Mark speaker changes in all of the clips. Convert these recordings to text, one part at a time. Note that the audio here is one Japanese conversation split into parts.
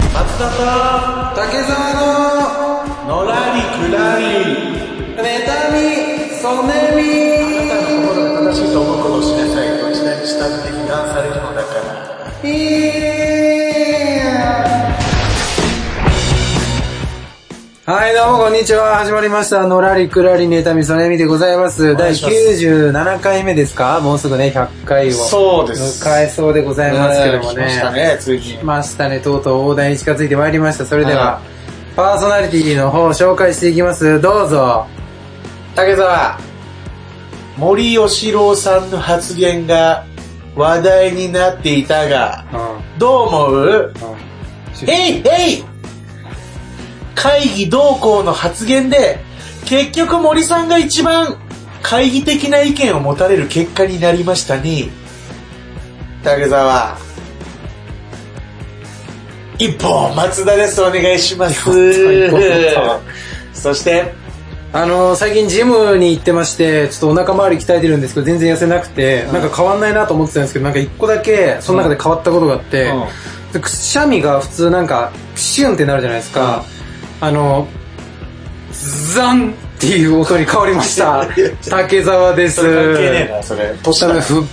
Speaker 1: 田と
Speaker 2: 竹沢の
Speaker 1: のらりくらり
Speaker 2: 妬みそねみ
Speaker 3: あなたの心が正しいと思うことをしなさいと時代に従って批判されるのだから
Speaker 2: はい、どうもこんにちは。始まりました。のらりくらりネタミソネミでございます。
Speaker 3: 願
Speaker 2: 第
Speaker 3: いします
Speaker 2: 97回目ですかもうすぐね、100回を。
Speaker 3: そうです
Speaker 2: 迎えそうでございますけども
Speaker 3: 来ました
Speaker 2: ね。
Speaker 3: ねついに
Speaker 2: 来ましたね、とうとう大台に近づいてまいりました。それでは、
Speaker 3: は
Speaker 2: パーソナリティの方を紹介していきます。どうぞ。竹澤。
Speaker 3: 森喜朗さんの発言が話題になっていたが
Speaker 2: うん。うん。
Speaker 3: どう思うえいえい会議同行の発言で結局森さんが一番会議的な意見を持たれる結果になりましたに竹沢一本松田ですお願いします
Speaker 2: 一本松田
Speaker 3: そして
Speaker 2: あの最近ジムに行ってまして、ちょっとお腹周り鍛えてるんですけど、全然痩せなくて、なんか変わんないなと思ってたんですけど、なんか一個だけ、その中で変わったことがあって、でくしゃみが普通なんか、シュンってなるじゃないですか、あの、ザンっていう音に変わり ました。竹沢です。
Speaker 3: それ関係ねえなそれ年
Speaker 2: 多分
Speaker 3: だ
Speaker 2: 腹筋を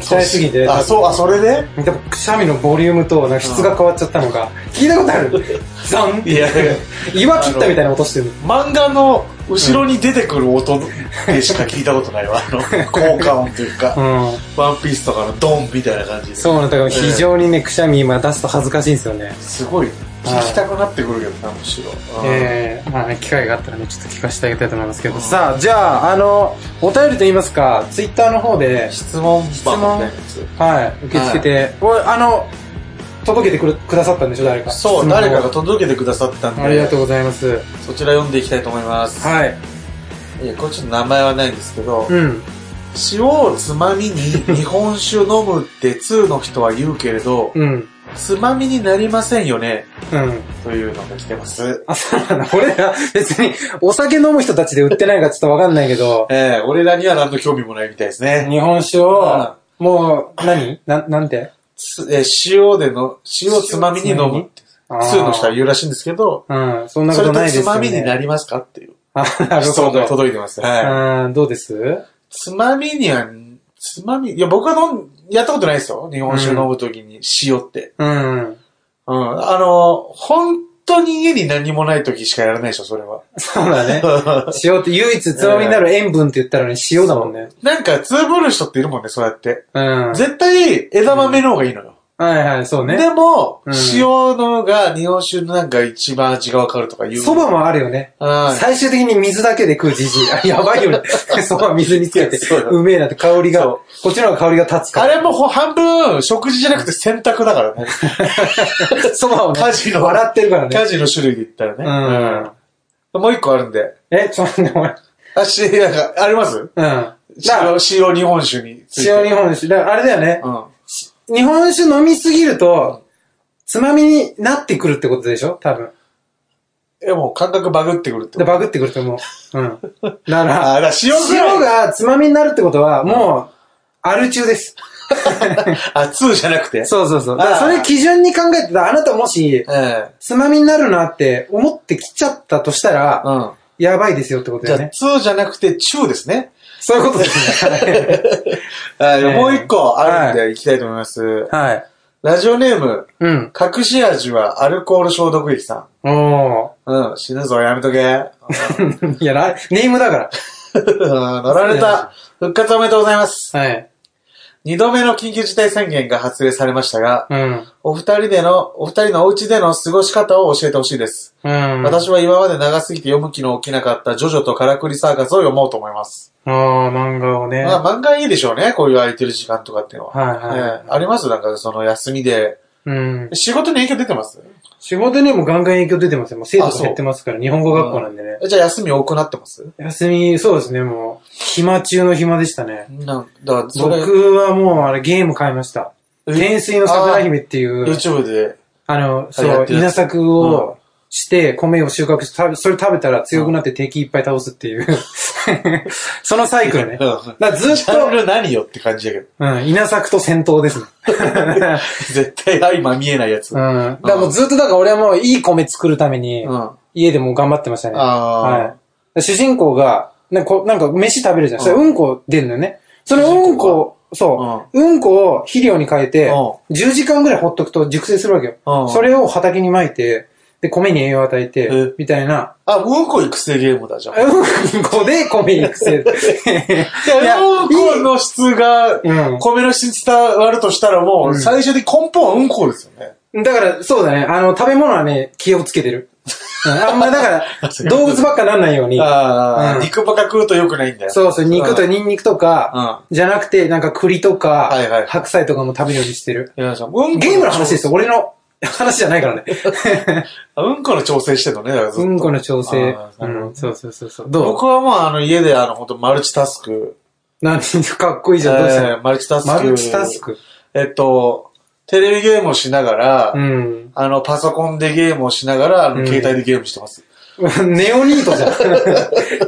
Speaker 2: 鍛えすぎて、
Speaker 3: あそうあそれで
Speaker 2: 多分くしゃみのボリュームとなんか質が変わっちゃったのが、聞いたことあるザンって
Speaker 3: いや
Speaker 2: 岩切ったみたいな音してる。
Speaker 3: 漫画の後ろに出てくる音でしか聞いたことないわ。 あの、効果音というか、
Speaker 2: うん。
Speaker 3: ワンピースとかのドンみたいな感じで。
Speaker 2: そうなんだから非常にね、くしゃみ今出すと恥ずかしいんですよね。
Speaker 3: すごい。聞きたくなってくるけどな、むしろ。
Speaker 2: えー、まあね、機会があったらね、ちょっと聞かせてあげたいと思いますけど。さあ、じゃあ、あの、お便りと言いますか、ツイッターの方で、
Speaker 3: 質問箱みたいなやつ。
Speaker 2: はい、受け付けて、おあの、届けてくるくださったんでしょ、誰か。
Speaker 3: そう、
Speaker 2: 質問を
Speaker 3: 誰かが届けてくださったんで、
Speaker 2: ありがとうございます。
Speaker 3: そちら読んでいきたいと思います。
Speaker 2: はい。
Speaker 3: いや、これちょっと名前はないんですけど、
Speaker 2: うん。
Speaker 3: 塩をつまみに日本酒飲むって通の人は言うけれど、
Speaker 2: うん。
Speaker 3: つまみになりませんよね、
Speaker 2: うん。
Speaker 3: というのが来てます。
Speaker 2: あ、そうなんだ。 俺ら、別に、お酒飲む人たちで売ってないかちょっとわかんないけど、
Speaker 3: ええ俺らには何の興味もないみたいですね。
Speaker 2: 日本酒を、もう、何な、なんて
Speaker 3: つえー塩での、塩をつまみに飲むって、
Speaker 2: あー
Speaker 3: 普通の人は言うらしいんですけど、
Speaker 2: うん、そんなこ
Speaker 3: それ
Speaker 2: と
Speaker 3: と
Speaker 2: ないです
Speaker 3: つ
Speaker 2: よ
Speaker 3: ま
Speaker 2: ね。
Speaker 3: みになりますかっていう
Speaker 2: あ、なる
Speaker 3: 質
Speaker 2: ほ
Speaker 3: 問が
Speaker 2: ど。
Speaker 3: 届いてます。はい。
Speaker 2: うん、どうです
Speaker 3: つまみには、つまみ、いや、僕は飲ん、やったことないですよ。日本酒飲むときに塩って。
Speaker 2: うん。
Speaker 3: うん。あの、本当に家に何もないときしかやらないでしょ、それ は。
Speaker 2: そうだ ね。塩って唯一つまみになる塩分って言ったらね、塩だもんね。
Speaker 3: なんか、つぶる人っているもんね、そうやって。
Speaker 2: うん。はい
Speaker 3: 絶対、枝豆の方がいいのよ。
Speaker 2: はい、そうね。
Speaker 3: でも、
Speaker 2: うん
Speaker 3: 塩のが日本酒のなんか一番味がわかるとか言う。
Speaker 2: そばもあるよね。
Speaker 3: はい
Speaker 2: 最終的に水だけで食うじじい。あやば いよね。そば水につけて
Speaker 3: いやそう、だ
Speaker 2: うめえなって香りが、
Speaker 3: そう
Speaker 2: こっちの方が香りが立つか
Speaker 3: あ
Speaker 2: ら。
Speaker 3: れもほ半分、食事じゃなくて洗濯だからね。
Speaker 2: そばをね、
Speaker 3: 家事の
Speaker 2: 笑ってるからね
Speaker 3: 家。事の種類で言ったらね。
Speaker 2: うん
Speaker 3: うんもう一個あるんで。
Speaker 2: え、ちょっと待って、お前。
Speaker 3: あ、し、なんか、あります
Speaker 2: うん。だ
Speaker 3: 塩、塩日本酒について。
Speaker 2: 塩日本酒。だからあれだよね。
Speaker 3: うん。
Speaker 2: 日本酒飲みすぎると、つまみになってくるってことでしょ多分。
Speaker 3: え、もう感覚バグってくるってこと。
Speaker 2: で、バグってくると思う。うん。だから、
Speaker 3: あ、だから塩ぐらい
Speaker 2: 塩がつまみになるってことは、もう、アル中です。
Speaker 3: あ、通じゃなくて。
Speaker 2: そうそうそう。だからそれ基準に考えてた、あなたもし、
Speaker 3: ええ
Speaker 2: つまみになるなって思ってきちゃったとしたら、
Speaker 3: うん。
Speaker 2: やばいですよってこと
Speaker 3: じ
Speaker 2: だ
Speaker 3: ゃあ、
Speaker 2: よね。
Speaker 3: 通じゃなくて、中ですね。
Speaker 2: そういうことですね。
Speaker 3: はい
Speaker 2: ええ
Speaker 3: もう一個あるんで、いきたいと思います。
Speaker 2: はい。
Speaker 3: ラジオネーム、
Speaker 2: うん。
Speaker 3: 隠し味はアルコール消毒液さ
Speaker 2: お
Speaker 3: ん。うん、死ぬぞ、やめとけ。
Speaker 2: ー。い や、なネームだから。
Speaker 3: 乗られた。復活おめでとうございます。
Speaker 2: はい。
Speaker 3: 二度目の緊急事態宣言が発令されましたが、
Speaker 2: うん。
Speaker 3: お二人での、お二人のお家での過ごし方を教えてほしいです。
Speaker 2: うん。
Speaker 3: 私は今まで長すぎて読む気の起きなかったジョジョとカラクリサーカスを読もうと思います。
Speaker 2: ああ、漫画をね。
Speaker 3: まあ漫画いいでしょうね、こういう空いてる時間とかっていうのは。
Speaker 2: はいはい
Speaker 3: ええありますなんかその休みで。
Speaker 2: うん。
Speaker 3: 仕事に影響出てます
Speaker 2: 仕事にもガンガン影響出てますよ。もう生徒が減ってますから、日本語学校なんでね。
Speaker 3: えじゃあ休み多くなってます
Speaker 2: 休み、そうですね、もう、暇中の暇でしたね。
Speaker 3: なんだからそれ、
Speaker 2: 僕はもう、あれ、ゲーム買いました。
Speaker 3: え
Speaker 2: 天水の桜姫っていう、
Speaker 3: YouTube で。
Speaker 2: あの、
Speaker 3: あや
Speaker 2: そう
Speaker 3: っ、てるやつ
Speaker 2: 稲作を、して、米を収穫して、食べそれ食べたら強くなって敵いっぱい倒すっていう。 そのサイクルね。だ
Speaker 3: うん
Speaker 2: からずっ
Speaker 3: ジャン
Speaker 2: と、
Speaker 3: ル何よって感じだけど。
Speaker 2: うん、稲作と戦闘ですね。
Speaker 3: 絶対相ま見えないやつ。
Speaker 2: うん。だからもうずっと、だから俺はもういい米作るために
Speaker 3: う、ん。
Speaker 2: 家でもう頑張ってましたね。
Speaker 3: あ
Speaker 2: はい。主人公が、なんかこう、なんか飯食べるじゃん。
Speaker 3: うん
Speaker 2: それうんこ出るのよね。そのうんこ、そう、うんこを肥料に変えて、
Speaker 3: う
Speaker 2: 10時間ぐらいほっとくと熟成するわけ
Speaker 3: うん
Speaker 2: よ。それを畑に撒いて、で、米に栄養を与え
Speaker 3: え
Speaker 2: て、みたいな。
Speaker 3: あ。あ、うんこ育成ゲームだじゃん。
Speaker 2: うんこで米育成。いや
Speaker 3: うんこの質が、
Speaker 2: うん
Speaker 3: 米の質伝わるとしたらもう、
Speaker 2: ん
Speaker 3: 最初に根本はうんこですよね。
Speaker 2: だから、そうだね。あの、食べ物はね、気をつけてる。うんあんまだから、動物ばっかなんないように。
Speaker 3: ああ、
Speaker 2: うん
Speaker 3: 肉ばか食うと良くないんだよ。
Speaker 2: そうそう、肉とニンニクとか、じゃなくて、なんか栗とか、
Speaker 3: はいはい
Speaker 2: 白菜とかも食べるようにしてる。
Speaker 3: いや。じゃあうんこ
Speaker 2: ゲームの話です
Speaker 3: よ。
Speaker 2: よ、俺の 話じゃないから ね。
Speaker 3: あうんこの調整してんのね、だからずっ
Speaker 2: う
Speaker 3: と
Speaker 2: んこの調整
Speaker 3: あ。ー
Speaker 2: う
Speaker 3: なるほど
Speaker 2: ん、そうそうそうそう。どう
Speaker 3: 僕はもうあの家であの本当マルチタスク。
Speaker 2: なんてかっこいいじゃん、どうした
Speaker 3: えーマルチタスク。
Speaker 2: マルチタスク。
Speaker 3: えっと、テレビゲームをしながら、
Speaker 2: うん。
Speaker 3: あのパソコンでゲームをしながら、あ
Speaker 2: う
Speaker 3: の
Speaker 2: ん
Speaker 3: 携帯でゲームしてます。
Speaker 2: ネオニートじ ゃん。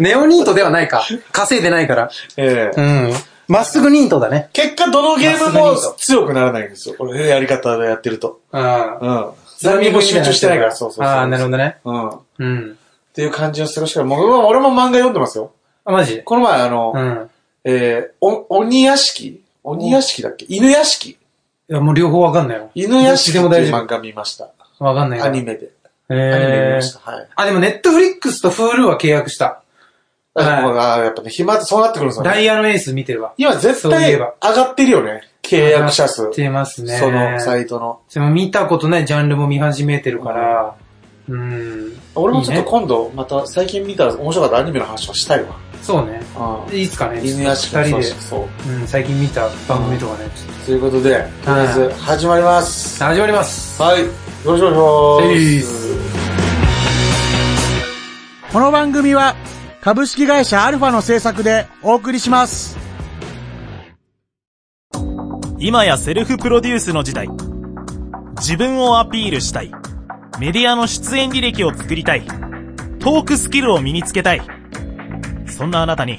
Speaker 2: ネオニートではないか。稼いでないから。
Speaker 3: ええ
Speaker 2: うん。まっすぐニートだね。
Speaker 3: 結果どのゲーム
Speaker 2: マ
Speaker 3: も
Speaker 2: スニート
Speaker 3: 強くならないんですよ。これやり方でやってると。
Speaker 2: あ
Speaker 3: う
Speaker 2: あ。
Speaker 3: ん。何にも集中してないから、そうそうそう。
Speaker 2: ああ、なるほどね。
Speaker 3: うん。っ
Speaker 2: うん。
Speaker 3: ていう感じをするしか、もう俺も漫画読んでますよ。
Speaker 2: あ、マジ
Speaker 3: この前あの、
Speaker 2: うん。
Speaker 3: えー、お、鬼屋敷鬼屋敷だっけ犬屋敷
Speaker 2: いや、もう両方わかんないよ。
Speaker 3: 犬屋敷って
Speaker 2: どっちでも
Speaker 3: い
Speaker 2: 大
Speaker 3: う
Speaker 2: 丈夫
Speaker 3: 漫画見ました。
Speaker 2: わかんないか
Speaker 3: ア
Speaker 2: ら
Speaker 3: ニメで。
Speaker 2: へ
Speaker 3: アニメ見
Speaker 2: え
Speaker 3: ました。はい。
Speaker 2: あ、でもネットフリックスとフールは契約した。
Speaker 3: だから
Speaker 2: はい
Speaker 3: もうあーやっぱね、暇ってそうなってくるんですよ
Speaker 2: ダ
Speaker 3: ね。
Speaker 2: イヤのエース見てるわ。
Speaker 3: 今絶
Speaker 2: そうい
Speaker 3: 対
Speaker 2: え
Speaker 3: 上
Speaker 2: ば
Speaker 3: がってるよね。契約者数。
Speaker 2: やってますね。
Speaker 3: そのサイトの。
Speaker 2: でも見たことないジャンルも見始めてるから、うん。
Speaker 3: 俺もちょっ
Speaker 2: いい
Speaker 3: と
Speaker 2: ね
Speaker 3: 今度、また最近見たら面白かったアニメの話をしたいわ。
Speaker 2: そうね。
Speaker 3: うん
Speaker 2: いつかね、
Speaker 3: 犬屋敷もそう
Speaker 2: 二人で
Speaker 3: し、そう。
Speaker 2: うん、最近見た番組とかね、ちょっ
Speaker 3: ということで、とりあえず始まります
Speaker 2: と。始まります。
Speaker 3: はい。よろしくお願いしま
Speaker 2: は
Speaker 3: す。
Speaker 4: この番組は株式会社アルファの制作でお送りします。
Speaker 5: 今やセルフプロデュースの時代自分をアピールしたいメディアの出演履歴を作りたいトークスキルを身につけたいそんなあなたに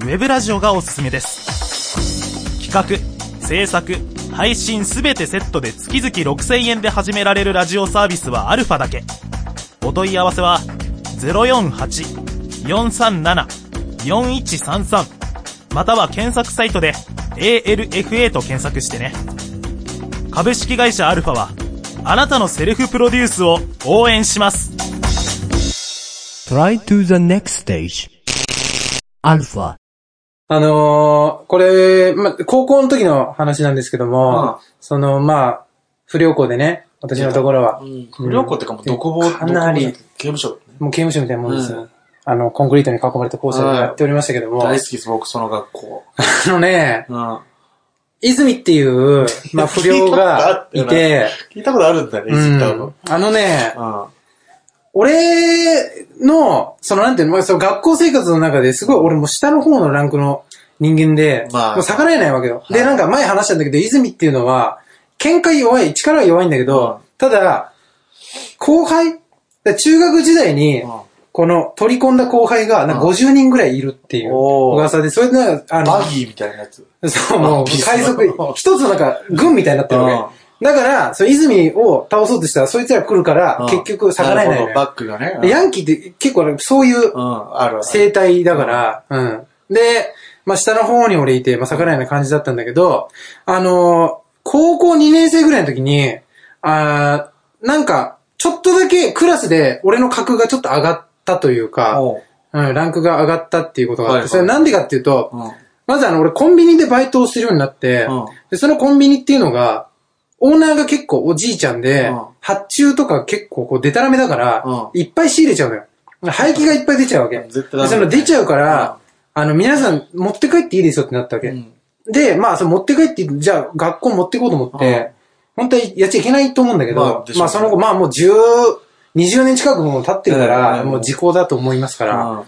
Speaker 5: ウェブラジオがおすすめです企画制作配信すべてセットで月々6000円で始められるラジオサービスはアルファだけお問い合わせは048-437-4133または検索サイトで ALFA と検索してね。株式会社アルファは、あなたのセルフプロデュースを応援します。
Speaker 6: Try to the next stage. Alpha.
Speaker 2: あのー、これ、ま、高校の時の話なんですけども、その、まあ、不良校でね、私のところは、
Speaker 3: うん不良校ってかもう独房、
Speaker 2: かな
Speaker 3: 独房じ
Speaker 2: り
Speaker 3: ゃなくて刑務所。
Speaker 2: もう刑務所みたいなもんですよ。
Speaker 3: うん
Speaker 2: あの、コンクリートに囲まれた校舎でやっておりましたけども、
Speaker 3: 大好きです、僕、その学校。
Speaker 2: あのね、
Speaker 3: うん。
Speaker 2: 泉っ ていう、まあ、不良がいて、
Speaker 3: 聞いたことあるんだね、
Speaker 2: う
Speaker 3: 言ったの
Speaker 2: ん。、あのね、
Speaker 3: うん。
Speaker 2: 俺の、そのなんていうの、まあ、その学校生活の中ですごい俺も下の方のランクの人間で、
Speaker 3: まあ
Speaker 2: もう逆らえないわけよ。で、なんか前話したんだけど、泉っていうのは、喧嘩弱い、力が弱いんだけど、ただ、後輩、だ中学時代に、この取り込んだ後輩が、なんか50人ぐらいいるっていう
Speaker 3: おー
Speaker 2: 噂で、それでなんか、あの、
Speaker 3: バギーみたいなやつ。
Speaker 2: そう、もう、海賊、一つのなんか、軍みたいになってるわけ。だから、その泉を倒そうとしたら、そいつら来るから
Speaker 3: うん、
Speaker 2: 結局逆らえ
Speaker 3: なる
Speaker 2: ない
Speaker 3: ほ
Speaker 2: の
Speaker 3: ど
Speaker 2: よ。
Speaker 3: バックがね。
Speaker 2: でヤンキーって結構、そういう
Speaker 3: うん、あるある。
Speaker 2: 生態だから、うん。で、まあ、下の方に俺いて、まあ、逆らえない感じだったんだけど、あのー高校2年生ぐらいの時に、あーなんか、ちょっとだけクラスで俺の格がちょっと上がったというか、
Speaker 3: おう
Speaker 2: うん、ランクが上がったっていうことがあっ
Speaker 3: は
Speaker 2: て、
Speaker 3: いはい
Speaker 2: それなんでかっていうと、
Speaker 3: うん。
Speaker 2: まずあの、俺コンビニでバイトをするようになって、
Speaker 3: うん
Speaker 2: でそのコンビニっていうのが、オーナーが結構おじいちゃんで、
Speaker 3: うん
Speaker 2: 発注とか結構こうデタラメだから、
Speaker 3: う
Speaker 2: いっぱい仕入れちゃうのよ。廃棄がいっぱい出ちゃうわけ。
Speaker 3: 絶対ダメだね
Speaker 2: でその出ちゃうから、あの、皆さん持って帰っていいですよってなったわけ。
Speaker 3: ん
Speaker 2: で、まあ、その持って帰って、じゃあ学校持ってこうと思って、本当はやっちゃいけないと思うんだけど、
Speaker 3: ま
Speaker 2: ま
Speaker 3: あで
Speaker 2: あ
Speaker 3: しょうね、
Speaker 2: その後、まあもう10、20年近くもう経ってるか
Speaker 3: うんう
Speaker 2: ら、
Speaker 3: んうん
Speaker 2: もう時効だと思いますから、
Speaker 3: うん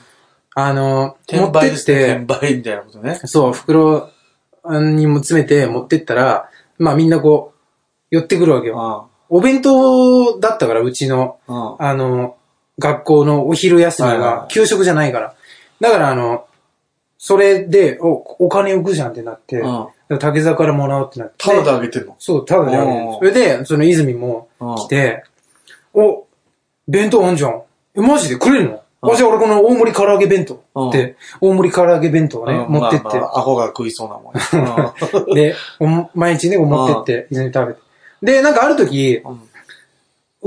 Speaker 2: あの、持
Speaker 3: 転
Speaker 2: って
Speaker 3: 売
Speaker 2: っ
Speaker 3: です
Speaker 2: て、
Speaker 3: ね。転売みたいなことね。
Speaker 2: そう、袋にも詰めて持ってったら、まあみんなこう、寄ってくるわけ
Speaker 3: うん。
Speaker 2: よ。
Speaker 3: は
Speaker 2: お弁当だったから、うちの、
Speaker 3: うん
Speaker 2: あの、学校のお昼休み
Speaker 3: はいはいは
Speaker 2: が
Speaker 3: い、
Speaker 2: 給食じゃないから。だから、あの、それで、お、お金浮くじゃんってなって、
Speaker 3: う
Speaker 2: だ
Speaker 3: ん
Speaker 2: から竹座からもらおうってなって。
Speaker 3: タダであげてんの
Speaker 2: そう、ただであげる
Speaker 3: おー
Speaker 2: それで、その泉も来て、お、弁当あんじゃん。え、マジでくれるの
Speaker 3: うん
Speaker 2: あ、じゃあ俺この大盛り唐揚げ弁当って、大盛り唐揚げ弁当をね、
Speaker 3: うん
Speaker 2: 持ってって
Speaker 3: まあ、まあアホが食いそうなもんや。
Speaker 2: で、お毎日ね、こう持ってって、泉食べて。で、なんかある時、
Speaker 3: うん。うん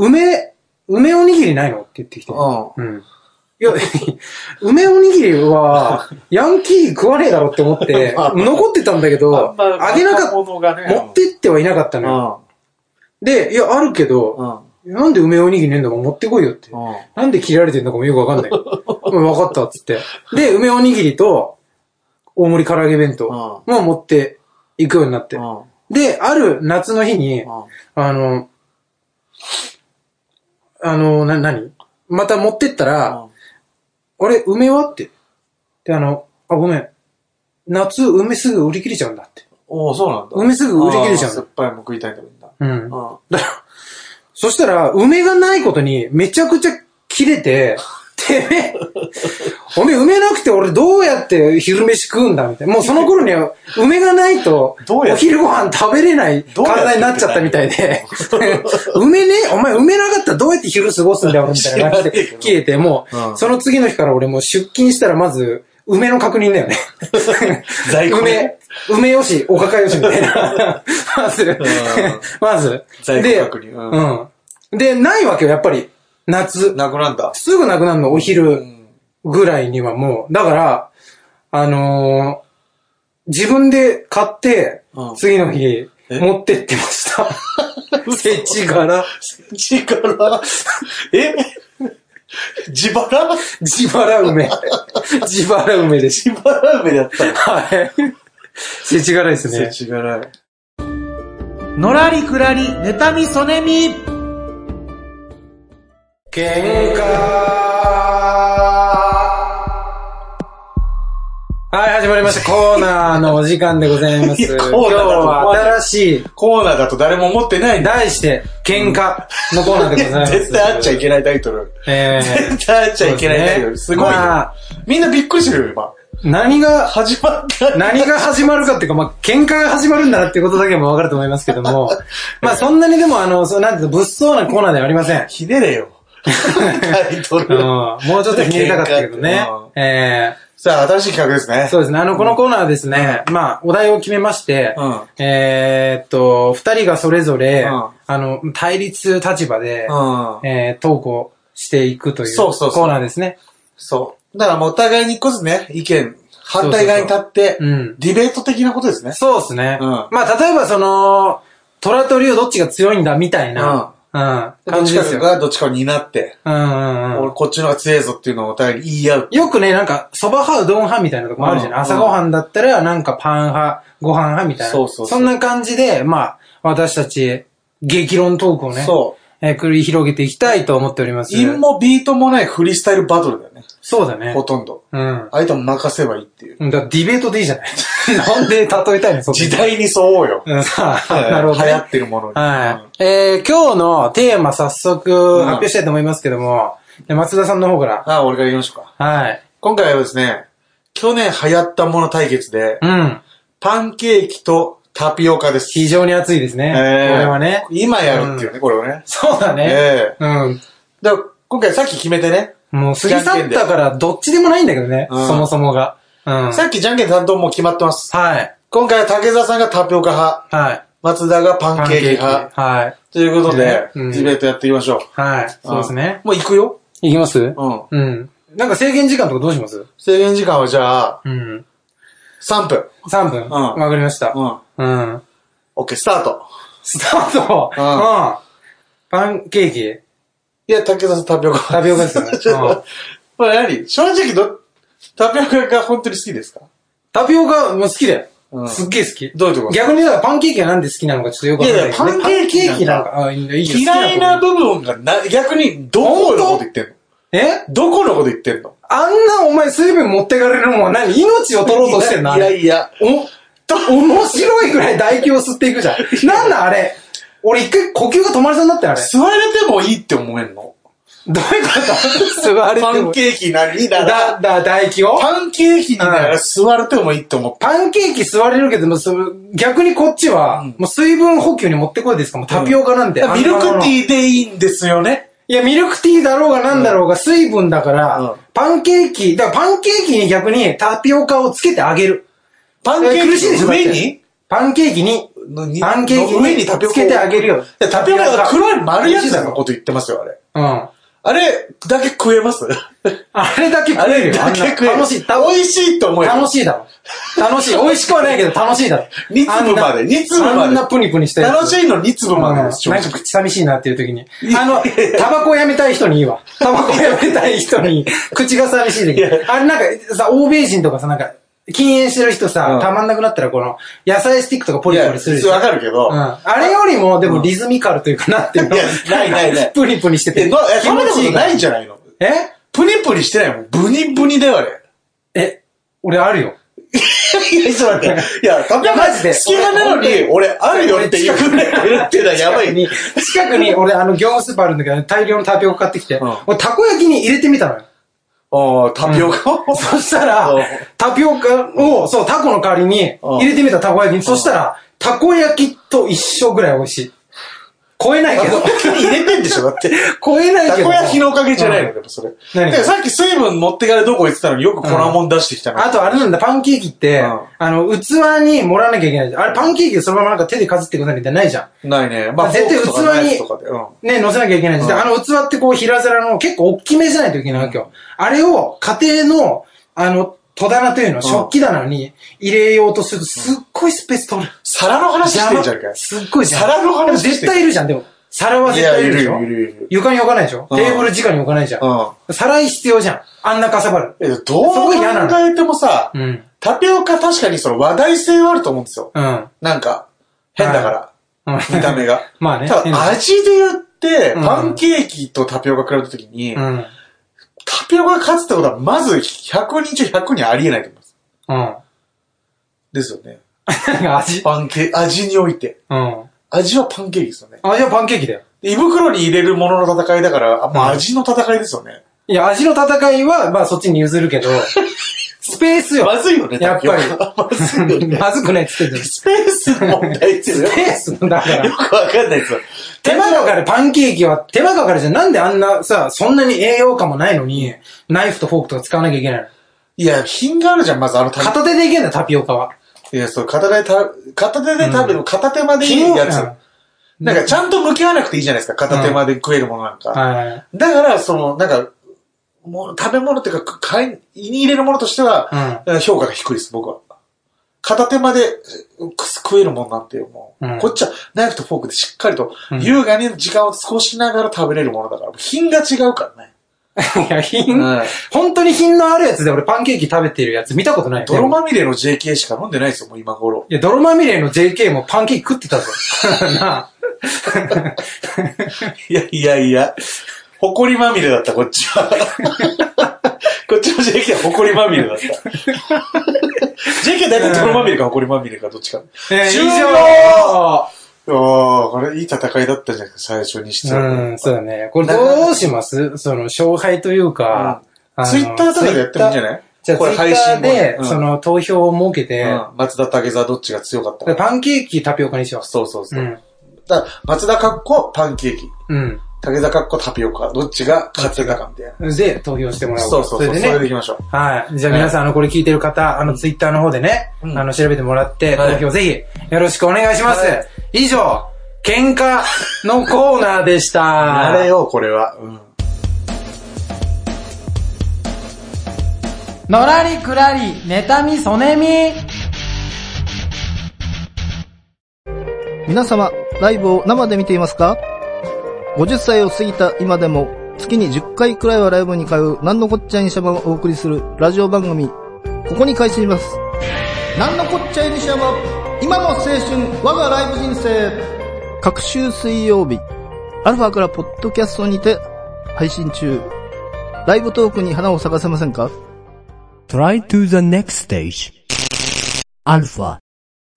Speaker 2: 梅、梅おにぎりないのって言ってきて。
Speaker 3: うん
Speaker 2: うん。いや、 梅おにぎり は、ヤンキー食わねえだろって思 って、
Speaker 3: まあ
Speaker 2: 残ってたんだけど、あげなかっ
Speaker 3: ものがね。
Speaker 2: 持ってってはいなかった
Speaker 3: う
Speaker 2: のよ。
Speaker 3: ん。
Speaker 2: で、いや、あるけど、
Speaker 3: うん。
Speaker 2: なんで梅おにぎりねえんだから持ってこいよって。
Speaker 3: うん。
Speaker 2: なんで切られてんのかもよくわかんない。うんわかったっつって。で、梅おにぎりと、大盛り唐揚げ弁当も持っていくようになって
Speaker 3: う。ん。
Speaker 2: で、ある夏の日に、あの、あの、な、なにまた持ってったら、あれ、梅はって。で、あの、あ、ごめん。夏、梅すぐ売り切れちゃうんだって。
Speaker 3: おおそうなんだ。
Speaker 2: 梅すぐ売り切れちゃう
Speaker 3: あ
Speaker 2: の
Speaker 3: ー酸っぱいもん食いたいんだみんな。
Speaker 2: うん。
Speaker 3: うん。
Speaker 2: だからそしたら、梅がないことにめちゃくちゃ切れて、てめえ、おめえ梅なくて俺どうやって昼飯食うんだみたいな。もうその頃には梅がないと、
Speaker 3: どうや
Speaker 2: お
Speaker 3: って
Speaker 2: 昼ご飯食べれない
Speaker 3: どうやって
Speaker 2: 体になっちゃったみたいで、梅ね、お前梅なかったらどうやって昼過ごすんだよ俺みたいな感じで切れて、も
Speaker 3: う
Speaker 2: う、
Speaker 3: ん
Speaker 2: その次の日から俺もう出勤したらまず、梅の確認だよね。
Speaker 3: 在庫
Speaker 2: 梅
Speaker 3: ね、
Speaker 2: 梅よし、おかかよしみた いな。まず、 まず。
Speaker 3: 在庫
Speaker 2: で
Speaker 3: 確認う
Speaker 2: うん。で、ないわけよ、やっぱり。夏。
Speaker 3: なくなんだ。
Speaker 2: すぐなくなるの、お
Speaker 3: う
Speaker 2: 昼
Speaker 3: ん。
Speaker 2: ぐらいにはもう。だから、あのー自分で買って
Speaker 3: う、ん
Speaker 2: 次の日、
Speaker 3: え
Speaker 2: 持ってってました。 せちがら、
Speaker 3: 力え自腹
Speaker 2: 自 腹梅。自腹梅です。
Speaker 3: 自腹梅だったの。
Speaker 2: はい。せちがらですね。
Speaker 3: 力。
Speaker 4: のらりくらり、妬みそねみ。
Speaker 2: 喧嘩はい、始まりました。コーナーのお時間でございま す。
Speaker 3: いや
Speaker 2: 今
Speaker 3: コーナ
Speaker 2: 日
Speaker 3: ーだと思わ
Speaker 2: は
Speaker 3: ない
Speaker 2: 新し
Speaker 3: コーナーだと誰も思ってない
Speaker 2: い、
Speaker 3: んだ。
Speaker 2: 題して、喧嘩のコーナーでございます。
Speaker 3: 絶対あっちゃいけないタイトル。
Speaker 2: えー
Speaker 3: 絶対あっちゃいけないタイトル。すごいよ
Speaker 2: まあ、
Speaker 3: みんなびっくりしてるよ、今。
Speaker 2: 何が、
Speaker 3: 始まった。
Speaker 2: 何が始まるかっていうか、まあ、喧嘩が始まるんだなっていうことだけもわかると思いますけ ども、まあ、そんなにでも、あの、そうなんていうの、物騒なコーナーではありません。
Speaker 3: ひねれ よ。タイト
Speaker 2: うん、
Speaker 3: ル。
Speaker 2: もうちょっとひねりたかったけどね
Speaker 3: 喧嘩っ。
Speaker 2: えー
Speaker 3: さあ、新しい企画ですね。
Speaker 2: そうですね。あの、このコーナーはですね、まあ、お題を決めまして、
Speaker 3: うん
Speaker 2: えーっと、二人がそれぞれ、
Speaker 3: うん
Speaker 2: あの、対立立場で、
Speaker 3: うん。
Speaker 2: えー、トークをしていくという
Speaker 3: そうそうそう
Speaker 2: コーナーですね。
Speaker 3: そう。だからもうお互いに一個ずつね、意見、反対側に立って、
Speaker 2: うん
Speaker 3: ディベート的なことですね。
Speaker 2: そうですね。
Speaker 3: うん
Speaker 2: まあ、例えばその、虎と竜どっちが強いんだみたいな、うん、
Speaker 3: ど
Speaker 2: 感
Speaker 3: っ
Speaker 2: じ
Speaker 3: ち
Speaker 2: です
Speaker 3: か
Speaker 2: よ。
Speaker 3: がどっちかになって、
Speaker 2: うんうんうん
Speaker 3: 俺こっちの方が強いぞっていうのをお互いに言い合う。
Speaker 2: よくね、なんか、蕎麦派、うどん派みたいなとこもあるじゃない、
Speaker 3: うん
Speaker 2: 朝ごはんだったら、なんかパン派、ご飯派みたいな。
Speaker 3: そうそうそうん
Speaker 2: な感じで、まあ、私たち、激論トークをね、
Speaker 3: そ
Speaker 2: えー繰り広げていきたいと思っておりま
Speaker 3: う。
Speaker 2: す。
Speaker 3: 韻もビートもないフリースタイルバトルだよね。
Speaker 2: そうだね
Speaker 3: ほ。とんど。
Speaker 2: うん。
Speaker 3: 相手も任せばいいっていう。
Speaker 2: だからディベートでいいじ ゃないなんで例えたいのそこ
Speaker 3: 時代に沿おうよ。
Speaker 2: うん、さあ、
Speaker 3: はい
Speaker 2: なるほど、ね。
Speaker 3: 流行ってるものに。
Speaker 2: はい。えー、今日のテーマ早速発表したいと思いますけども、で松田さんの方から。
Speaker 3: あ、俺から言いましょうか。
Speaker 2: はい。
Speaker 3: 今回はですね、去年流行ったもの対決で、
Speaker 2: うん。
Speaker 3: パンケーキとタピオカです。
Speaker 2: 非常に熱いですね。
Speaker 3: えー
Speaker 2: これはね。
Speaker 3: 今やるっていうね、これをね。
Speaker 2: そうだね。
Speaker 3: ええ
Speaker 2: うん。
Speaker 3: だから今回さっき決めてね、
Speaker 2: もう過ぎ去ったからどっちでもないんだけどね。
Speaker 3: うん
Speaker 2: そもそもが。うん。
Speaker 3: さっきじゃんけん担当もう決まってます。
Speaker 2: はい。
Speaker 3: 今回は竹澤さんがタピオカ派、
Speaker 2: はい。
Speaker 3: 松田がパンケーキ派。
Speaker 2: はい。
Speaker 3: ということで、
Speaker 2: うん
Speaker 3: ディベートやっていきましょう。
Speaker 2: はい。そうですね。
Speaker 3: もう行くよ。
Speaker 2: いきます
Speaker 3: うん。
Speaker 2: うん。なんか制限時間とかどうします
Speaker 3: 制限時間はじゃあ、
Speaker 2: うん。
Speaker 3: 3分。
Speaker 2: 3分。
Speaker 3: ん
Speaker 2: わかりました
Speaker 3: う。ん。
Speaker 2: うん。
Speaker 3: OK、スタート。
Speaker 2: スタート
Speaker 3: う
Speaker 2: うんん。パンケーキ
Speaker 3: いや、竹澤さんタピオカ
Speaker 2: タピオカですよね
Speaker 3: ちょっとこれ何正直ど、タピオカが本当に好きですか
Speaker 2: タピオカも好きだよ。
Speaker 3: うん
Speaker 2: すっげえ好き。
Speaker 3: どういうとこ
Speaker 2: 逆にだからパンケーキがなんで好きなのかちょっとよくわかんないけど
Speaker 3: い
Speaker 2: ね。
Speaker 3: やいやパンケーキなんか
Speaker 2: パンケーキなんか、あ、いいんだいいよ
Speaker 3: 嫌いな
Speaker 2: 好きこ
Speaker 3: 部分がな、逆に、どこのこと言ってんの
Speaker 2: とえ
Speaker 3: どこのこと言ってんの
Speaker 2: あんなお前水分持ってかれるのは何命を取ろうとしてんのあ
Speaker 3: いや
Speaker 2: れ
Speaker 3: いや、
Speaker 2: お、面白いくらい唾液を吸っていくじゃん。なんだあれ。俺一回呼吸が止まりそうになったよ、あれ。
Speaker 3: 座れてもいいって思えんの
Speaker 2: どういうこと座れ
Speaker 3: パ
Speaker 2: て
Speaker 3: ン
Speaker 2: も。
Speaker 3: ケーキなりなら、
Speaker 2: だ、だ、唾液を
Speaker 3: パンケーキになら座れてもいいって思った。
Speaker 2: パンケーキ座れるけども、その逆にこっちは、もう水分補給に持ってこいですかもうタピオカなんて。
Speaker 3: ミルクテ
Speaker 2: ー。
Speaker 3: ィーでいいんですよね。
Speaker 2: いや、ミルクティーだろうがなんだろうが、水分だから、
Speaker 3: うん
Speaker 2: パンケーキ、だからパンケーキに逆にタピオカをつけてあげる。
Speaker 3: パンケー
Speaker 2: 苦しいで
Speaker 3: キ
Speaker 2: しょ
Speaker 3: の
Speaker 2: だっ
Speaker 3: 上
Speaker 2: て
Speaker 3: に
Speaker 2: パンケーキに、パンケーキ
Speaker 3: の上にタピオカを
Speaker 2: つけてあげるよ。
Speaker 3: でタピオカが黒い丸いやつだのこと言ってますよ、あれ。
Speaker 2: うん。
Speaker 3: あれだけ食えます
Speaker 2: あれだけ
Speaker 3: あ
Speaker 2: 食える
Speaker 3: れ
Speaker 2: よ。
Speaker 3: だけ食え
Speaker 2: あん
Speaker 3: る。
Speaker 2: な楽しい。た
Speaker 3: 美味しいと思える。
Speaker 2: 楽しいだろ。楽しい。美味しくはないけど楽しいだろ。
Speaker 3: 二粒まで
Speaker 2: あんな
Speaker 3: 二粒まで
Speaker 2: あんなプニプニしたやつ
Speaker 3: 楽しいの2粒までです、正
Speaker 2: うんなん
Speaker 3: 直
Speaker 2: か口寂しいなっていう時に。あの、タバコやめたい人にいいわ。タバコやめたい人 に、口が寂しい時に。あれなんかさ、欧米人とかさ、なんか、禁煙してる人さ、
Speaker 3: うん
Speaker 2: たまんなくなったらこの、野菜スティックとかポリポリする
Speaker 3: い
Speaker 2: でし
Speaker 3: や
Speaker 2: ょ。
Speaker 3: わかるけど
Speaker 2: うん。あれよりも、でもリズミカルというかなっていうの
Speaker 3: いやないないない
Speaker 2: プニプニしてて。
Speaker 3: え、どうえ食べたことないんじ
Speaker 2: ゃ
Speaker 3: ゃないの
Speaker 2: え
Speaker 3: プニプニしてないもん。ブニブニだよ、あれ。
Speaker 2: え、俺あるよ。
Speaker 3: いや、ちょっと待って。いや、タピオカ
Speaker 2: マジで
Speaker 3: 隙間なのに、俺、あるよ って言うぐらいいるっていうのはやばい。
Speaker 2: に、近くに俺、あの、業務スーパーあるんだけど、大量のタピオカ買ってきて、
Speaker 3: うん
Speaker 2: 俺、たこ焼きに入れて みたのよ。
Speaker 3: ああ、タピオカを
Speaker 2: そしたら
Speaker 3: うん、
Speaker 2: タピオカを、そう、タコの代わりに
Speaker 3: うん
Speaker 2: 入れてみたたこ焼きに。そしたら、たこ焼きと一緒ぐらい美味しい。超えないけど
Speaker 3: たこ。焼きに入れてんでしょだって。
Speaker 2: 超えない
Speaker 3: た
Speaker 2: けど。
Speaker 3: こ焼きのおかげじゃないのでもそれ。
Speaker 2: 何
Speaker 3: でさっき水分持ってからどこ行ってたのによく粉もん出してきたの。
Speaker 2: あとあれなんだ、パンケーキって、
Speaker 3: うん
Speaker 2: あの、器に盛らなきゃいけないじゃん。あれパンケーキそのままなんか手でかじってくださいみたいなのないじゃん。
Speaker 3: ないね。まあ、
Speaker 2: 絶対
Speaker 3: フォークとかナイフ
Speaker 2: 器
Speaker 3: とかでうん
Speaker 2: に、ね、乗せなきゃいけないんです。であの器ってこう平皿の結構大きめじゃないといけないわけよ。あれを家庭の、あの、戸棚というの、食器棚に入れようとすると、すっごいスペース取る。
Speaker 3: 皿の話してんじゃんかよ。
Speaker 2: すっごいじゃん。
Speaker 3: 皿の話してる
Speaker 2: 絶対いるじゃん、でも。皿は絶対いるでしょ
Speaker 3: いやいるいるいるいる
Speaker 2: 床に置かないでしょ
Speaker 3: うん
Speaker 2: テーブル直に置かないじゃん。皿必要じゃん。あんなかさばる。
Speaker 3: え、どう考えてもさ
Speaker 2: う、ん。
Speaker 3: タピオカ確かにその話題性はあると思うんですよ。
Speaker 2: うん。
Speaker 3: なんか、変だから、
Speaker 2: うん
Speaker 3: 見た目が。
Speaker 2: まあね
Speaker 3: た
Speaker 2: 変
Speaker 3: だ、
Speaker 2: だ
Speaker 3: 味で言って、
Speaker 2: うん
Speaker 3: パンケーキとタピオカ比べたときに、
Speaker 2: うん。
Speaker 3: タピオカが勝つってことは、まず100人中100人ありえないと思います。
Speaker 2: うん。
Speaker 3: ですよね。
Speaker 2: 味。
Speaker 3: パンケーキ、味において。
Speaker 2: うん。
Speaker 3: 味はパンケーキですよね。
Speaker 2: 味はパンケーキだよ。
Speaker 3: で胃袋に入れるものの戦いだから、あまあ
Speaker 2: うん
Speaker 3: 味の戦いですよね。
Speaker 2: いや、味の戦いは、まあそっちに譲 るけど、スペースよ。
Speaker 3: まずいよね、
Speaker 2: やっぱり
Speaker 3: タピオカ まずいよね。
Speaker 2: まずくないっつってんじゃん。ス
Speaker 3: スペースの問題です よ。
Speaker 2: ペースだか
Speaker 3: よ
Speaker 2: ら。
Speaker 3: くわかんないですよ。
Speaker 2: 手間がかるパンケーキは、手間がかるじゃん。なんであんなさ、そんなに栄養価もないのに、ナイフとフォークとか使わなきゃいけないの
Speaker 3: いや、品があるじゃん、まずあのタ
Speaker 2: 片手でいけんだよ、タピオカは。
Speaker 3: いや、そう、片手でた、片手で食べる、片手までいいやつ。なんか、ちゃんと向き合わなくていいじゃないですか、片手まで食えるものなんか。
Speaker 2: はい。
Speaker 3: だから、その、なんか、もう、食べ物っていうか、買い、胃に入れるものとしては、評価が低いです、僕は。片手までうく食えるもんなんていう、もう、
Speaker 2: うん
Speaker 3: こっちはナイフとフォークでしっかりと、
Speaker 2: うん
Speaker 3: 優雅に時間を過ごしながら食べれるものだから、品が違うからね。
Speaker 2: いや、品、
Speaker 3: うん
Speaker 2: 本当に品のあるやつで俺パンケーキ食べてるやつ見たことないよ。
Speaker 3: 泥
Speaker 2: でも
Speaker 3: まみれの JK しか飲んでないですよ、もう今頃。
Speaker 2: いや、泥まみれの JK もパンケーキ食ってたぞ。 なあ。
Speaker 3: いやいやいや、ほこりまみれだった、こっち は。こっちの JK はほこりまみれだ った。JK 大体泥まみれかほこりまみれか、どっちか。
Speaker 2: えー
Speaker 3: 終了
Speaker 2: 以
Speaker 3: ああ、これいい戦いだったじゃないですか、最初にして
Speaker 2: 上
Speaker 3: は。
Speaker 2: うん、そうだね。これどうしますその、勝敗というか、あの
Speaker 3: ツイッターとかでやってもいいんじゃない
Speaker 2: じゃあ、
Speaker 3: こ
Speaker 2: ツイ
Speaker 3: れ配
Speaker 2: ッタ
Speaker 3: 信
Speaker 2: ー
Speaker 3: 後に
Speaker 2: で
Speaker 3: う、ん
Speaker 2: その、投票を設けて、
Speaker 3: うん松田竹沢どっちが強かった
Speaker 2: で
Speaker 3: か。
Speaker 2: パンケーキタピオカにします。
Speaker 3: そうそうそうう。
Speaker 2: ん。
Speaker 3: だから松田かっこパンケーキ、
Speaker 2: うん。
Speaker 3: 竹沢かっこタピオカ、どっちが勝ってたかみたいな。
Speaker 2: で、投票してもらおう
Speaker 3: そう
Speaker 2: か。
Speaker 3: そうそう。そ
Speaker 2: れ
Speaker 3: れで
Speaker 2: で
Speaker 3: い
Speaker 2: ね。
Speaker 3: きましょう。
Speaker 2: はい。じゃあ皆さん、あの、これ聞いてる方、あの、ツイッターの方でね、
Speaker 3: うん
Speaker 2: あの、調べてもらって、
Speaker 3: はい
Speaker 2: 投票ぜひ、よろしくお願いします。
Speaker 3: はい
Speaker 2: 以上、喧嘩のコーナーで した。
Speaker 3: あれよ、これは。うん。
Speaker 2: のらりくらり、妬み、そねみ。
Speaker 7: 皆様、ライブを生で見ていますか ?50 歳を過ぎた今でも、月に10回くらいはライブに通う、なんのこっちゃいにしゃばをお送りするラジオ番組、ここに開始します。なんのこっちゃいにしゃば、今の青春、我がライブ人生。各週水曜日、アルファからポッドキャストにて配信中。ライブトークに花を咲かせませんか
Speaker 6: Try to the next stage. Alpha.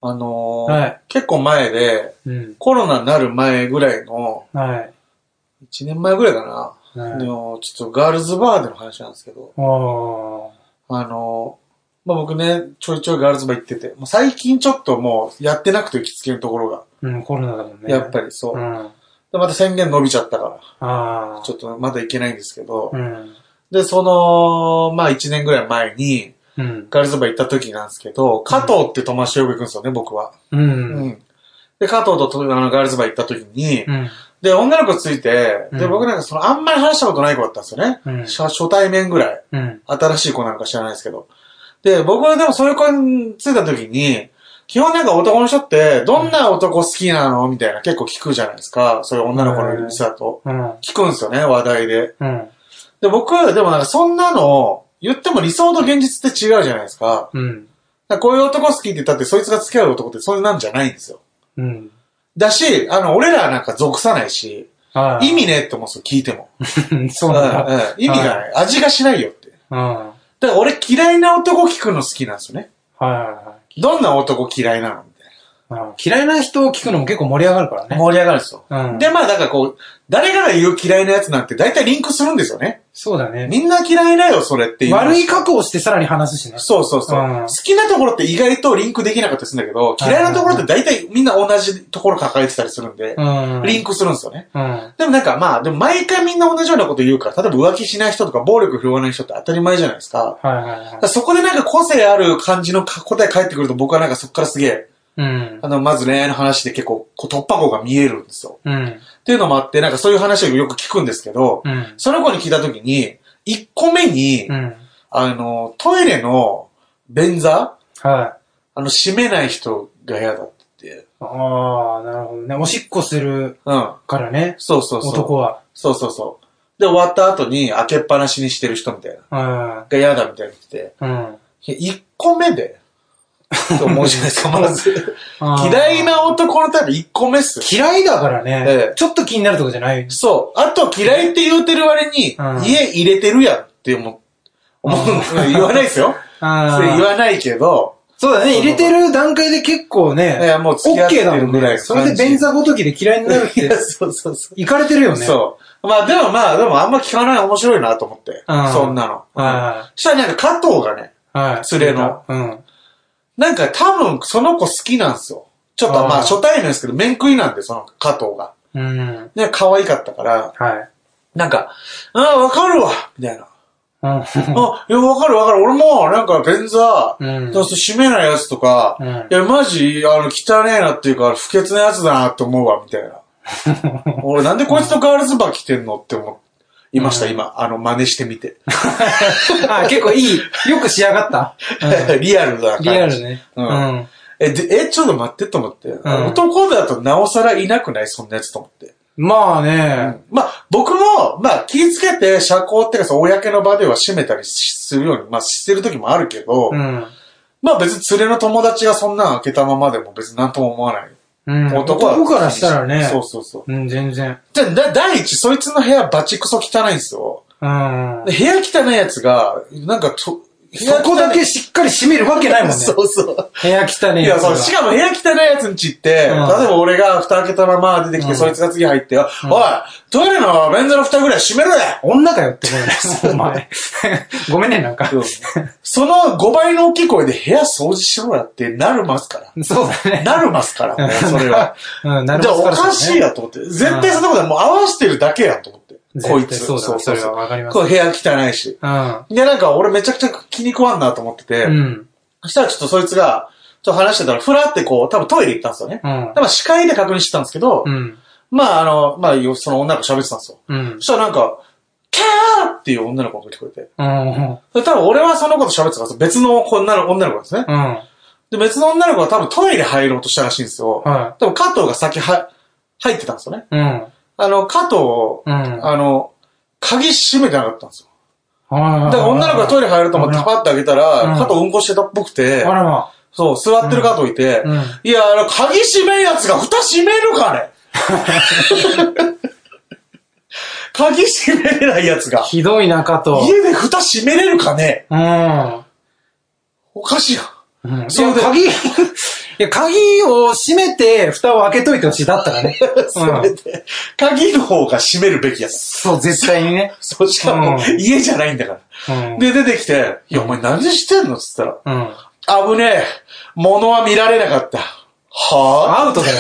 Speaker 3: あのー
Speaker 2: はい
Speaker 3: 結構前で、
Speaker 2: うん。
Speaker 3: コロナになる前ぐらいの、
Speaker 2: はい。
Speaker 3: 1年前ぐらいかな、
Speaker 2: はい。
Speaker 3: の、ちょっとガールズバーでの話なんですけど、
Speaker 2: あー
Speaker 3: あのーまあ、僕ね、ちょいちょいガールズバー行ってて、もう最近ちょっともうやってなくて行きつけるところが、
Speaker 2: うん、コロナだもんね。
Speaker 3: やっぱりそう。
Speaker 2: う
Speaker 3: で
Speaker 2: ん。あ
Speaker 3: また宣言伸びちゃったか
Speaker 2: あ
Speaker 3: ら、ち
Speaker 2: ー。
Speaker 3: ょっとまだ行けないんですけど、
Speaker 2: うん。
Speaker 3: で、その、まあ、1年ぐらい前に、
Speaker 2: うん。
Speaker 3: ガールズバー行った時なんですけど、加藤って友達とよく行くんですよね、僕は。
Speaker 2: う。
Speaker 3: うんん。で、加藤とあのガールズバー行った時に、
Speaker 2: うん。
Speaker 3: で、女の子ついて、
Speaker 2: う
Speaker 3: で、
Speaker 2: ん
Speaker 3: 僕なんかその、あんまり話したことない子だったんですよね。
Speaker 2: うん
Speaker 3: 初初対面ぐらい。
Speaker 2: うん。
Speaker 3: 新しい子なんか知らないですけど。で、僕はでもそういう子についた時に、基本なんか男の人って、どんな男好きなのみたいな結構聞くじゃないですか。そういう女の子の店だと。
Speaker 2: うん。
Speaker 3: 聞くんですよね、話題で。
Speaker 2: うん。
Speaker 3: で、僕はでもなんかそんなの、言っても理想と現実って違うじゃないですか。
Speaker 2: うん。
Speaker 3: だからこういう男好きって言ったって、そいつが付き合う男ってそれなんじゃないんですよ。
Speaker 2: うん。
Speaker 3: だし、あの、俺らなんか属さないし、
Speaker 2: ああ。
Speaker 3: 意味ねって思うんですよ、聞いても。
Speaker 2: 味 そうなん
Speaker 3: うんうん
Speaker 2: だ。
Speaker 3: 意味がない。味がしないよって。
Speaker 2: うん。は
Speaker 3: だから俺嫌いな男聞くの好きなんですよね。
Speaker 2: いは
Speaker 3: どんな男嫌いなのみたい
Speaker 2: いはいうん。嫌いな人を聞くのも結構盛り上がるから
Speaker 3: な。
Speaker 2: ね。
Speaker 3: 盛り上がるんですよ。
Speaker 2: うん。
Speaker 3: で、まあだからこう、誰かが言う嫌いなやつなんて大体リンクするんですよね。
Speaker 2: そうだね。
Speaker 3: みんな嫌いだよ、それっていう。
Speaker 2: 悪い過去をしてさらに話すしね。
Speaker 3: そうそうそう。
Speaker 2: うん
Speaker 3: 好きなところって意外とリンクできなかったりするんだけど、嫌いなところって大体みんな同じところ抱えてたりするんで
Speaker 2: う、ん。
Speaker 3: リンクするんですよね。
Speaker 2: うん。
Speaker 3: でもなんかまあ、でも毎回みんな同じようなこと言うから、例えば浮気しない人とか暴力振るわない人って当たり前じゃないですか。
Speaker 2: はいはい
Speaker 3: だ
Speaker 2: は
Speaker 3: から
Speaker 2: い。
Speaker 3: そこでなんか個性ある感じのか答え返ってくると僕はなんかそこからすげえ、
Speaker 2: うん
Speaker 3: あ。の、まず恋愛の話で結構こう突破口が見えるんですよ。
Speaker 2: うん。
Speaker 3: っていうのもあって、なんかそういう話をよく聞くんですけど、
Speaker 2: うん。
Speaker 3: その子に聞いた時に、1個目に、
Speaker 2: うん。
Speaker 3: あの、トイレの便座
Speaker 2: はい。
Speaker 3: あの、閉めない人が嫌だって。
Speaker 2: ああ、なるほどね。おしっこする
Speaker 3: うん。
Speaker 2: からね。
Speaker 3: そうそうそう。
Speaker 2: 男は。
Speaker 3: そうそうそう。で、終わった後に開けっぱなしにしてる人みたいな。
Speaker 2: うん。
Speaker 3: が嫌だみたいに言って
Speaker 2: うん。
Speaker 3: て。いや一個目で。 と思うじゃないですか、まず。
Speaker 2: あー
Speaker 3: 嫌いな男のタイプ一個目っすよ。
Speaker 2: 嫌いだからね、
Speaker 3: ええ
Speaker 2: ちょっと気になるとかじゃない。
Speaker 3: そう。あと嫌いって言うてる割に、
Speaker 2: うん
Speaker 3: 家入れてるやんって思う。思う。言わないですよ。
Speaker 2: あ
Speaker 3: それ言わないけど、
Speaker 2: そうだね。入れてる段階で結構ね、
Speaker 3: いやもう付き合って
Speaker 2: OK だも
Speaker 3: る
Speaker 2: ん
Speaker 3: ぐらい
Speaker 2: ね。
Speaker 3: の感じ
Speaker 2: それで便座ごときで嫌いになるっ
Speaker 3: い
Speaker 2: て
Speaker 3: や、そうそうそう。
Speaker 2: いかれてるよね。う。
Speaker 3: そう。まあでもまあ、でもあんま聞かない面白いなと思って。
Speaker 2: うん
Speaker 3: そんなの。うん
Speaker 2: は
Speaker 3: そしたらなんか加藤がね、
Speaker 2: い。はい。
Speaker 3: 連れの。
Speaker 2: うん。
Speaker 3: なんか多分その子好きなんですよ。ちょっとまあ
Speaker 2: あー
Speaker 3: 初対面ですけど、面食いなんで、その加藤が。
Speaker 2: うん。
Speaker 3: ね、可愛かったから、
Speaker 2: はい。
Speaker 3: なんか、ああ、わかるわみたいな。
Speaker 2: うん。
Speaker 3: あ、いや、わかるわかる。俺も、なんか、便座、
Speaker 2: うん
Speaker 3: そうすると閉めないやつとか、
Speaker 2: うん
Speaker 3: いや、マジ、あの、汚ねえなっていうか、不潔なやつだなって思うわ、みたい な。俺、なんでこいつとガールズバー来てんのって思いました、今。あの、真似してみて。
Speaker 2: あ、結構いい。よく仕上がった。
Speaker 3: リアルだ
Speaker 2: リアルね。
Speaker 3: う
Speaker 2: うんん。
Speaker 3: え、で、え、ちょっと待ってと思って。
Speaker 2: ん
Speaker 3: 男だとなおさらいなくないそんなやつと思って。
Speaker 2: まあね。
Speaker 3: まあ、僕も、まあ、気ぃつけて、社交っていうか、その公の場では閉めたりするように、まあ、してる時もあるけど、
Speaker 2: うん。
Speaker 3: まあ別に連れの友達がそんなん開けたままでも別になんとも思わない。
Speaker 2: うん。
Speaker 3: 男は。
Speaker 2: からしたらね。
Speaker 3: そうそうそう。
Speaker 2: うん、全然。
Speaker 3: じゃあ、だ第一、そいつの部屋バチクソ汚いんですよ。
Speaker 2: うん
Speaker 3: で。部屋汚いやつが、なんかと、
Speaker 2: そこだけしっかり閉めるわけないもんね。
Speaker 3: そうそう。
Speaker 2: 部屋汚ねえ
Speaker 3: い
Speaker 2: や
Speaker 3: や、
Speaker 2: つ
Speaker 3: そう、
Speaker 2: が。
Speaker 3: しかも部屋汚いやつんちって、例えば俺が蓋開けたまま出てきて、そいつが次入ってよ、おい、トイレの便座の蓋ぐらい閉めろや
Speaker 2: 女かよって思うね。お前。ごめんね、なんか。
Speaker 3: その5倍の大きい声で部屋掃除しろやってなるますから。
Speaker 2: そうだね。
Speaker 3: なるますから、もうそれ は。
Speaker 2: うん、なる
Speaker 3: じゃあ
Speaker 2: ほ
Speaker 3: お
Speaker 2: ど。
Speaker 3: かしいやと思って。絶対そんなことはもう合わせてるだけやと思って。こい
Speaker 2: 絶対
Speaker 3: つ。
Speaker 2: そうだそれはわかります
Speaker 3: こう部屋汚いし。
Speaker 2: うん。
Speaker 3: で、なんか俺めちゃくちゃ気に食わんなと思ってて。
Speaker 2: うん。
Speaker 3: そしたらちょっとそいつが、ちょっと話してたら、ふらってこう、多分トイレ行ったんですよね。
Speaker 2: うん
Speaker 3: 多分視界で確認してたんですけど、
Speaker 2: うん。
Speaker 3: まああの、まあよその女の子喋ってたんですよ。
Speaker 2: うん
Speaker 3: そ。したらなんか、キャーっていう女の子が聞こえて。
Speaker 2: うん。
Speaker 3: で多分俺はその子と喋ってたから、別の女の女の子ですね。
Speaker 2: うん。
Speaker 3: で、別の女の子は多分トイレ入ろうとしたらしいんですよ。
Speaker 2: は
Speaker 3: でも加藤が先は入ってたんですよね。
Speaker 2: い。うん。
Speaker 3: あの、加藤を、
Speaker 2: うん
Speaker 3: あの、鍵閉めてなかったんですよ。だ
Speaker 2: だ
Speaker 3: から女の子がトイ
Speaker 2: レ。
Speaker 3: レ入ると思って
Speaker 2: うん
Speaker 3: パッて開けたら、
Speaker 2: うん
Speaker 3: 加藤うんこしてたっぽくて
Speaker 2: あ、らま。
Speaker 3: そう、座ってる加藤いて
Speaker 2: うんうん、
Speaker 3: いや、あの、鍵閉めんやつが蓋閉めるか ね鍵閉めれないやつが、
Speaker 2: ひどいな、加藤。
Speaker 3: 家で蓋閉めれるかね
Speaker 2: うん。
Speaker 3: おかしいやん。
Speaker 2: うん。
Speaker 3: それで
Speaker 2: いや鍵、いや、鍵を閉めて、蓋を開けといてほしい。だったらね。
Speaker 3: それで、鍵の方が閉めるべきやつ。
Speaker 2: そう、絶対にね。
Speaker 3: そう、しかも、
Speaker 2: うん
Speaker 3: 家じゃないんだから。
Speaker 2: うん。
Speaker 3: で、出てきて、いや、お前何してんのっつったら、
Speaker 2: うん。
Speaker 3: 危ねえ。物は見られなかった。は
Speaker 2: アウトだよ。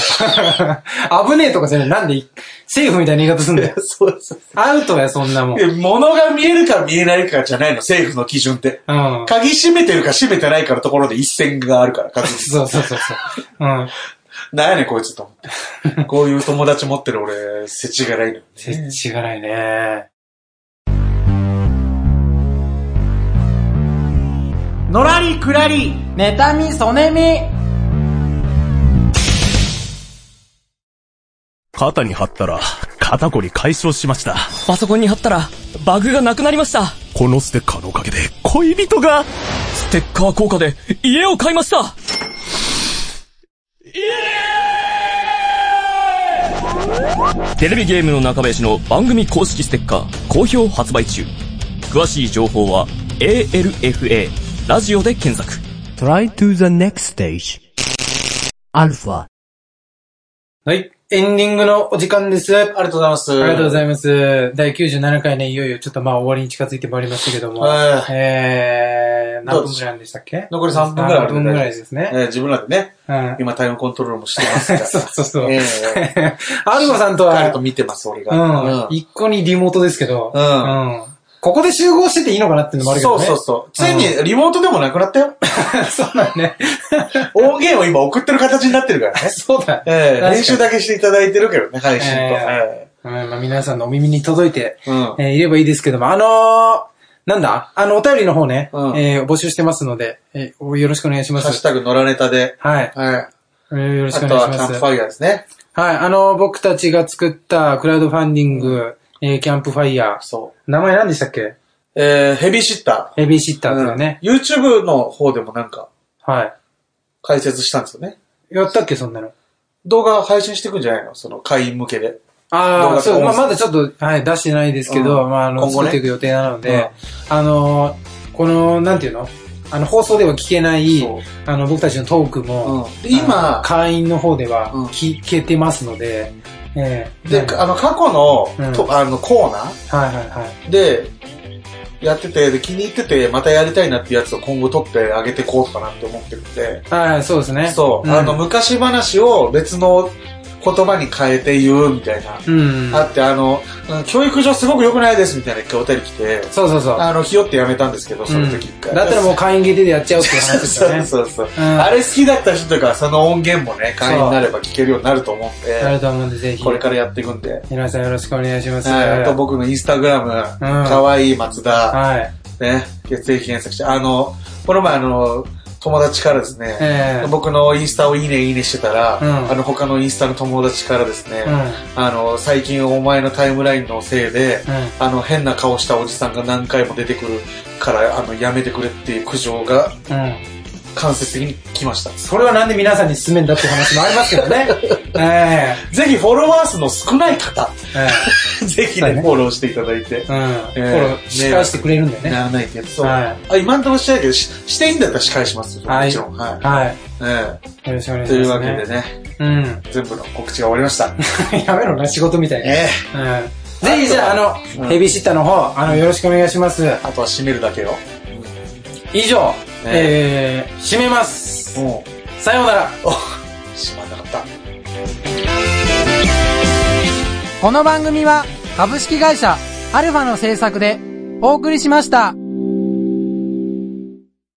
Speaker 2: 危ねえとかじゃない。なんで、セーフみたいな言い方すんだよ
Speaker 3: ぁ。そうそう。
Speaker 2: アウトだよ、そんなもん。う
Speaker 3: え物が見えるか見えないかじゃないの、政府の基準って。
Speaker 2: ん。
Speaker 3: 鍵閉めてるか閉めてないかのところで一線があるから、確実
Speaker 2: そうそうそうそう。うん。
Speaker 3: なんやねん、こいつと思って。こういう友達持ってる俺、世知がないの。
Speaker 2: せちがないね。
Speaker 4: のらりくらり。
Speaker 2: 妬み、そねみ。
Speaker 5: 肩に貼ったら、肩こり解消しました。
Speaker 8: パソコンに貼ったら、バグがなくなりました。
Speaker 5: このステッカーのおかげで、恋人が、
Speaker 8: ステッカー効果で家を買いましたテレビゲームの中林の番組公式ステッカー好評発売中詳しい情報は ALFA ラジオで検索
Speaker 6: Try to the next stage. Alpha.
Speaker 2: はい。エンディングのお時間です。あり
Speaker 3: ありがとうございます。あ
Speaker 2: がとうご
Speaker 3: い
Speaker 2: ざいます。第97回ね、いよいよちょっとまあ終わりに近づいてまいりましたけども。
Speaker 3: はい
Speaker 2: えー、何分ぐらいでしたっけ
Speaker 3: 残り3分ぐらいある
Speaker 2: 3分ぐらいですね。
Speaker 3: えー自分らでね、
Speaker 2: うん。
Speaker 3: 今タイムコントロールもしてますから。
Speaker 2: そうそうそう。
Speaker 3: ええ
Speaker 2: アルゴさんと
Speaker 3: しっかり
Speaker 2: は
Speaker 3: と、見てます、俺が。
Speaker 2: うん。一個にリモートですけど、
Speaker 3: うん
Speaker 2: うんここで集合してていいのかなっていうのもあるけ
Speaker 3: そ
Speaker 2: ど
Speaker 3: う
Speaker 2: ね。
Speaker 3: そうそう。ついにリモートでもなくなったよ。
Speaker 2: う。そうなんね。
Speaker 3: 音源を今送ってる形になってるからね。
Speaker 2: そうだ。
Speaker 3: ええ
Speaker 2: 確かに
Speaker 3: 練習だけしていただいてるけどね、配信と。
Speaker 2: えうんまあ、皆さんのお耳に届いて、
Speaker 3: うん
Speaker 2: えーいればいいですけども、あのーなんだあの、お便りの方ね、
Speaker 3: うん
Speaker 2: えー募集してますので、えーよろしくお願いしま
Speaker 3: ハッシュ
Speaker 2: す。
Speaker 3: タグ、のらネタで。
Speaker 2: はい。
Speaker 3: はい。
Speaker 2: えーよろし
Speaker 3: あ
Speaker 2: くお
Speaker 3: とは
Speaker 2: 願い
Speaker 3: キ
Speaker 2: し
Speaker 3: ャ
Speaker 2: ま
Speaker 3: ンプ
Speaker 2: す。
Speaker 3: ファイヤーですね。
Speaker 2: はい。あのー僕たちが作ったクラウドファンディング、えーキャンプファイヤー。
Speaker 3: そ
Speaker 2: 名前何でしたっけ
Speaker 3: う。えー、ヘビーシッタ
Speaker 2: ヘビーシッタ
Speaker 3: ー。
Speaker 2: ーとかね。
Speaker 3: うん YouTube の方でもなんか
Speaker 2: は
Speaker 3: 解説したんですよね。
Speaker 2: い。やったっけそんなの。
Speaker 3: 動画配信していくんじゃないのその会員向けで。動
Speaker 2: あ
Speaker 3: 画
Speaker 2: あ、そう、
Speaker 3: と音
Speaker 2: まあ、
Speaker 3: 声
Speaker 2: まだちょっと、はい、出してないですけど、
Speaker 3: うん
Speaker 2: まあ、あの、
Speaker 3: 今後ね
Speaker 2: 作っていく予定なので、あのー、この、なんていうのあの、放送では聞けない
Speaker 3: そう、
Speaker 2: あの、僕たちのトークも、
Speaker 3: で今
Speaker 2: あの会員の方では
Speaker 3: うん
Speaker 2: 聞けてますので、ええ
Speaker 3: で、あの、過去の、
Speaker 2: うん
Speaker 3: とあの、コーナ
Speaker 2: はいはいはい。
Speaker 3: ーで、やってて、で気に入ってて、またやりたいなっていうやつを今後撮ってあげてこうかなって思ってるんで、
Speaker 2: はい、そうですね。
Speaker 3: そう、
Speaker 2: ん
Speaker 3: あの、、昔話を別の言葉に変えて言うみたいな、
Speaker 2: うん。
Speaker 3: あって、あの、うん教育上すごく良くないですみたいな一回お便り来て、
Speaker 2: そうそうそう。
Speaker 3: あの、ひよってやめたんですけど、その時一
Speaker 2: う
Speaker 3: 回。
Speaker 2: んだったらもう会員限定でやっちゃおうっていう話です
Speaker 3: そ
Speaker 2: よ
Speaker 3: う
Speaker 2: ね。
Speaker 3: そうそう。
Speaker 2: うん
Speaker 3: あれ好きだった人とか、その音源もね、会員になれば聞けるようになると思うん
Speaker 2: なる
Speaker 3: で、
Speaker 2: と思うんで、ぜひ。
Speaker 3: これからやっていくんで。
Speaker 2: 皆さんよろしくお願いします。
Speaker 3: はい、あと僕のインスタグラム、
Speaker 2: ん
Speaker 3: かわいい松田、
Speaker 2: はい。
Speaker 3: ね、血液検索して、あの、この前あの、友達からですね、
Speaker 2: ええ
Speaker 3: 僕のインスタをいいねいいねしてたら、
Speaker 2: うん
Speaker 3: あの他のインスタの友達からですね、
Speaker 2: うん。うん。
Speaker 3: あの、最近お前のタイムラインのせいで、あの、変な顔したおじさんが何回も出てくるから、あの、やめてくれっていう苦情が
Speaker 2: うん。
Speaker 3: 間接的に来ました。
Speaker 2: それはなんで皆さんに勧めんだって話もありますけど ね。え
Speaker 3: ぜひフォロワー数の少ない方、
Speaker 2: ええ
Speaker 3: ぜひ
Speaker 2: そう
Speaker 3: ね、
Speaker 2: ね
Speaker 3: フォローしていただいて。
Speaker 2: え
Speaker 3: え
Speaker 2: うん。これ、仕返してくれるんだよね。
Speaker 3: ならないけど、そう。
Speaker 2: はい
Speaker 3: あ今んとこしてないけど、ししていいんだったら仕返しますよ。
Speaker 2: はい
Speaker 3: もちろん。はい。
Speaker 2: はい。
Speaker 3: え
Speaker 2: よろしくお願
Speaker 3: え
Speaker 2: いします、ね。
Speaker 3: というわけでね、
Speaker 2: うん。
Speaker 3: 全部の告知が終わりま した。
Speaker 2: やめろな、仕事みたいに。
Speaker 3: ええ
Speaker 2: うん。ぜひじゃあ、あの、ヘビーシッターの方、あの、よろしくお願いします。
Speaker 3: あとは締めるだけよ。
Speaker 2: 以上、
Speaker 3: え
Speaker 2: えー、締めます。
Speaker 3: も
Speaker 2: さようなら。
Speaker 3: う、お締まんなかった。
Speaker 9: この番組は株式会社アルファの制作でお送りしました。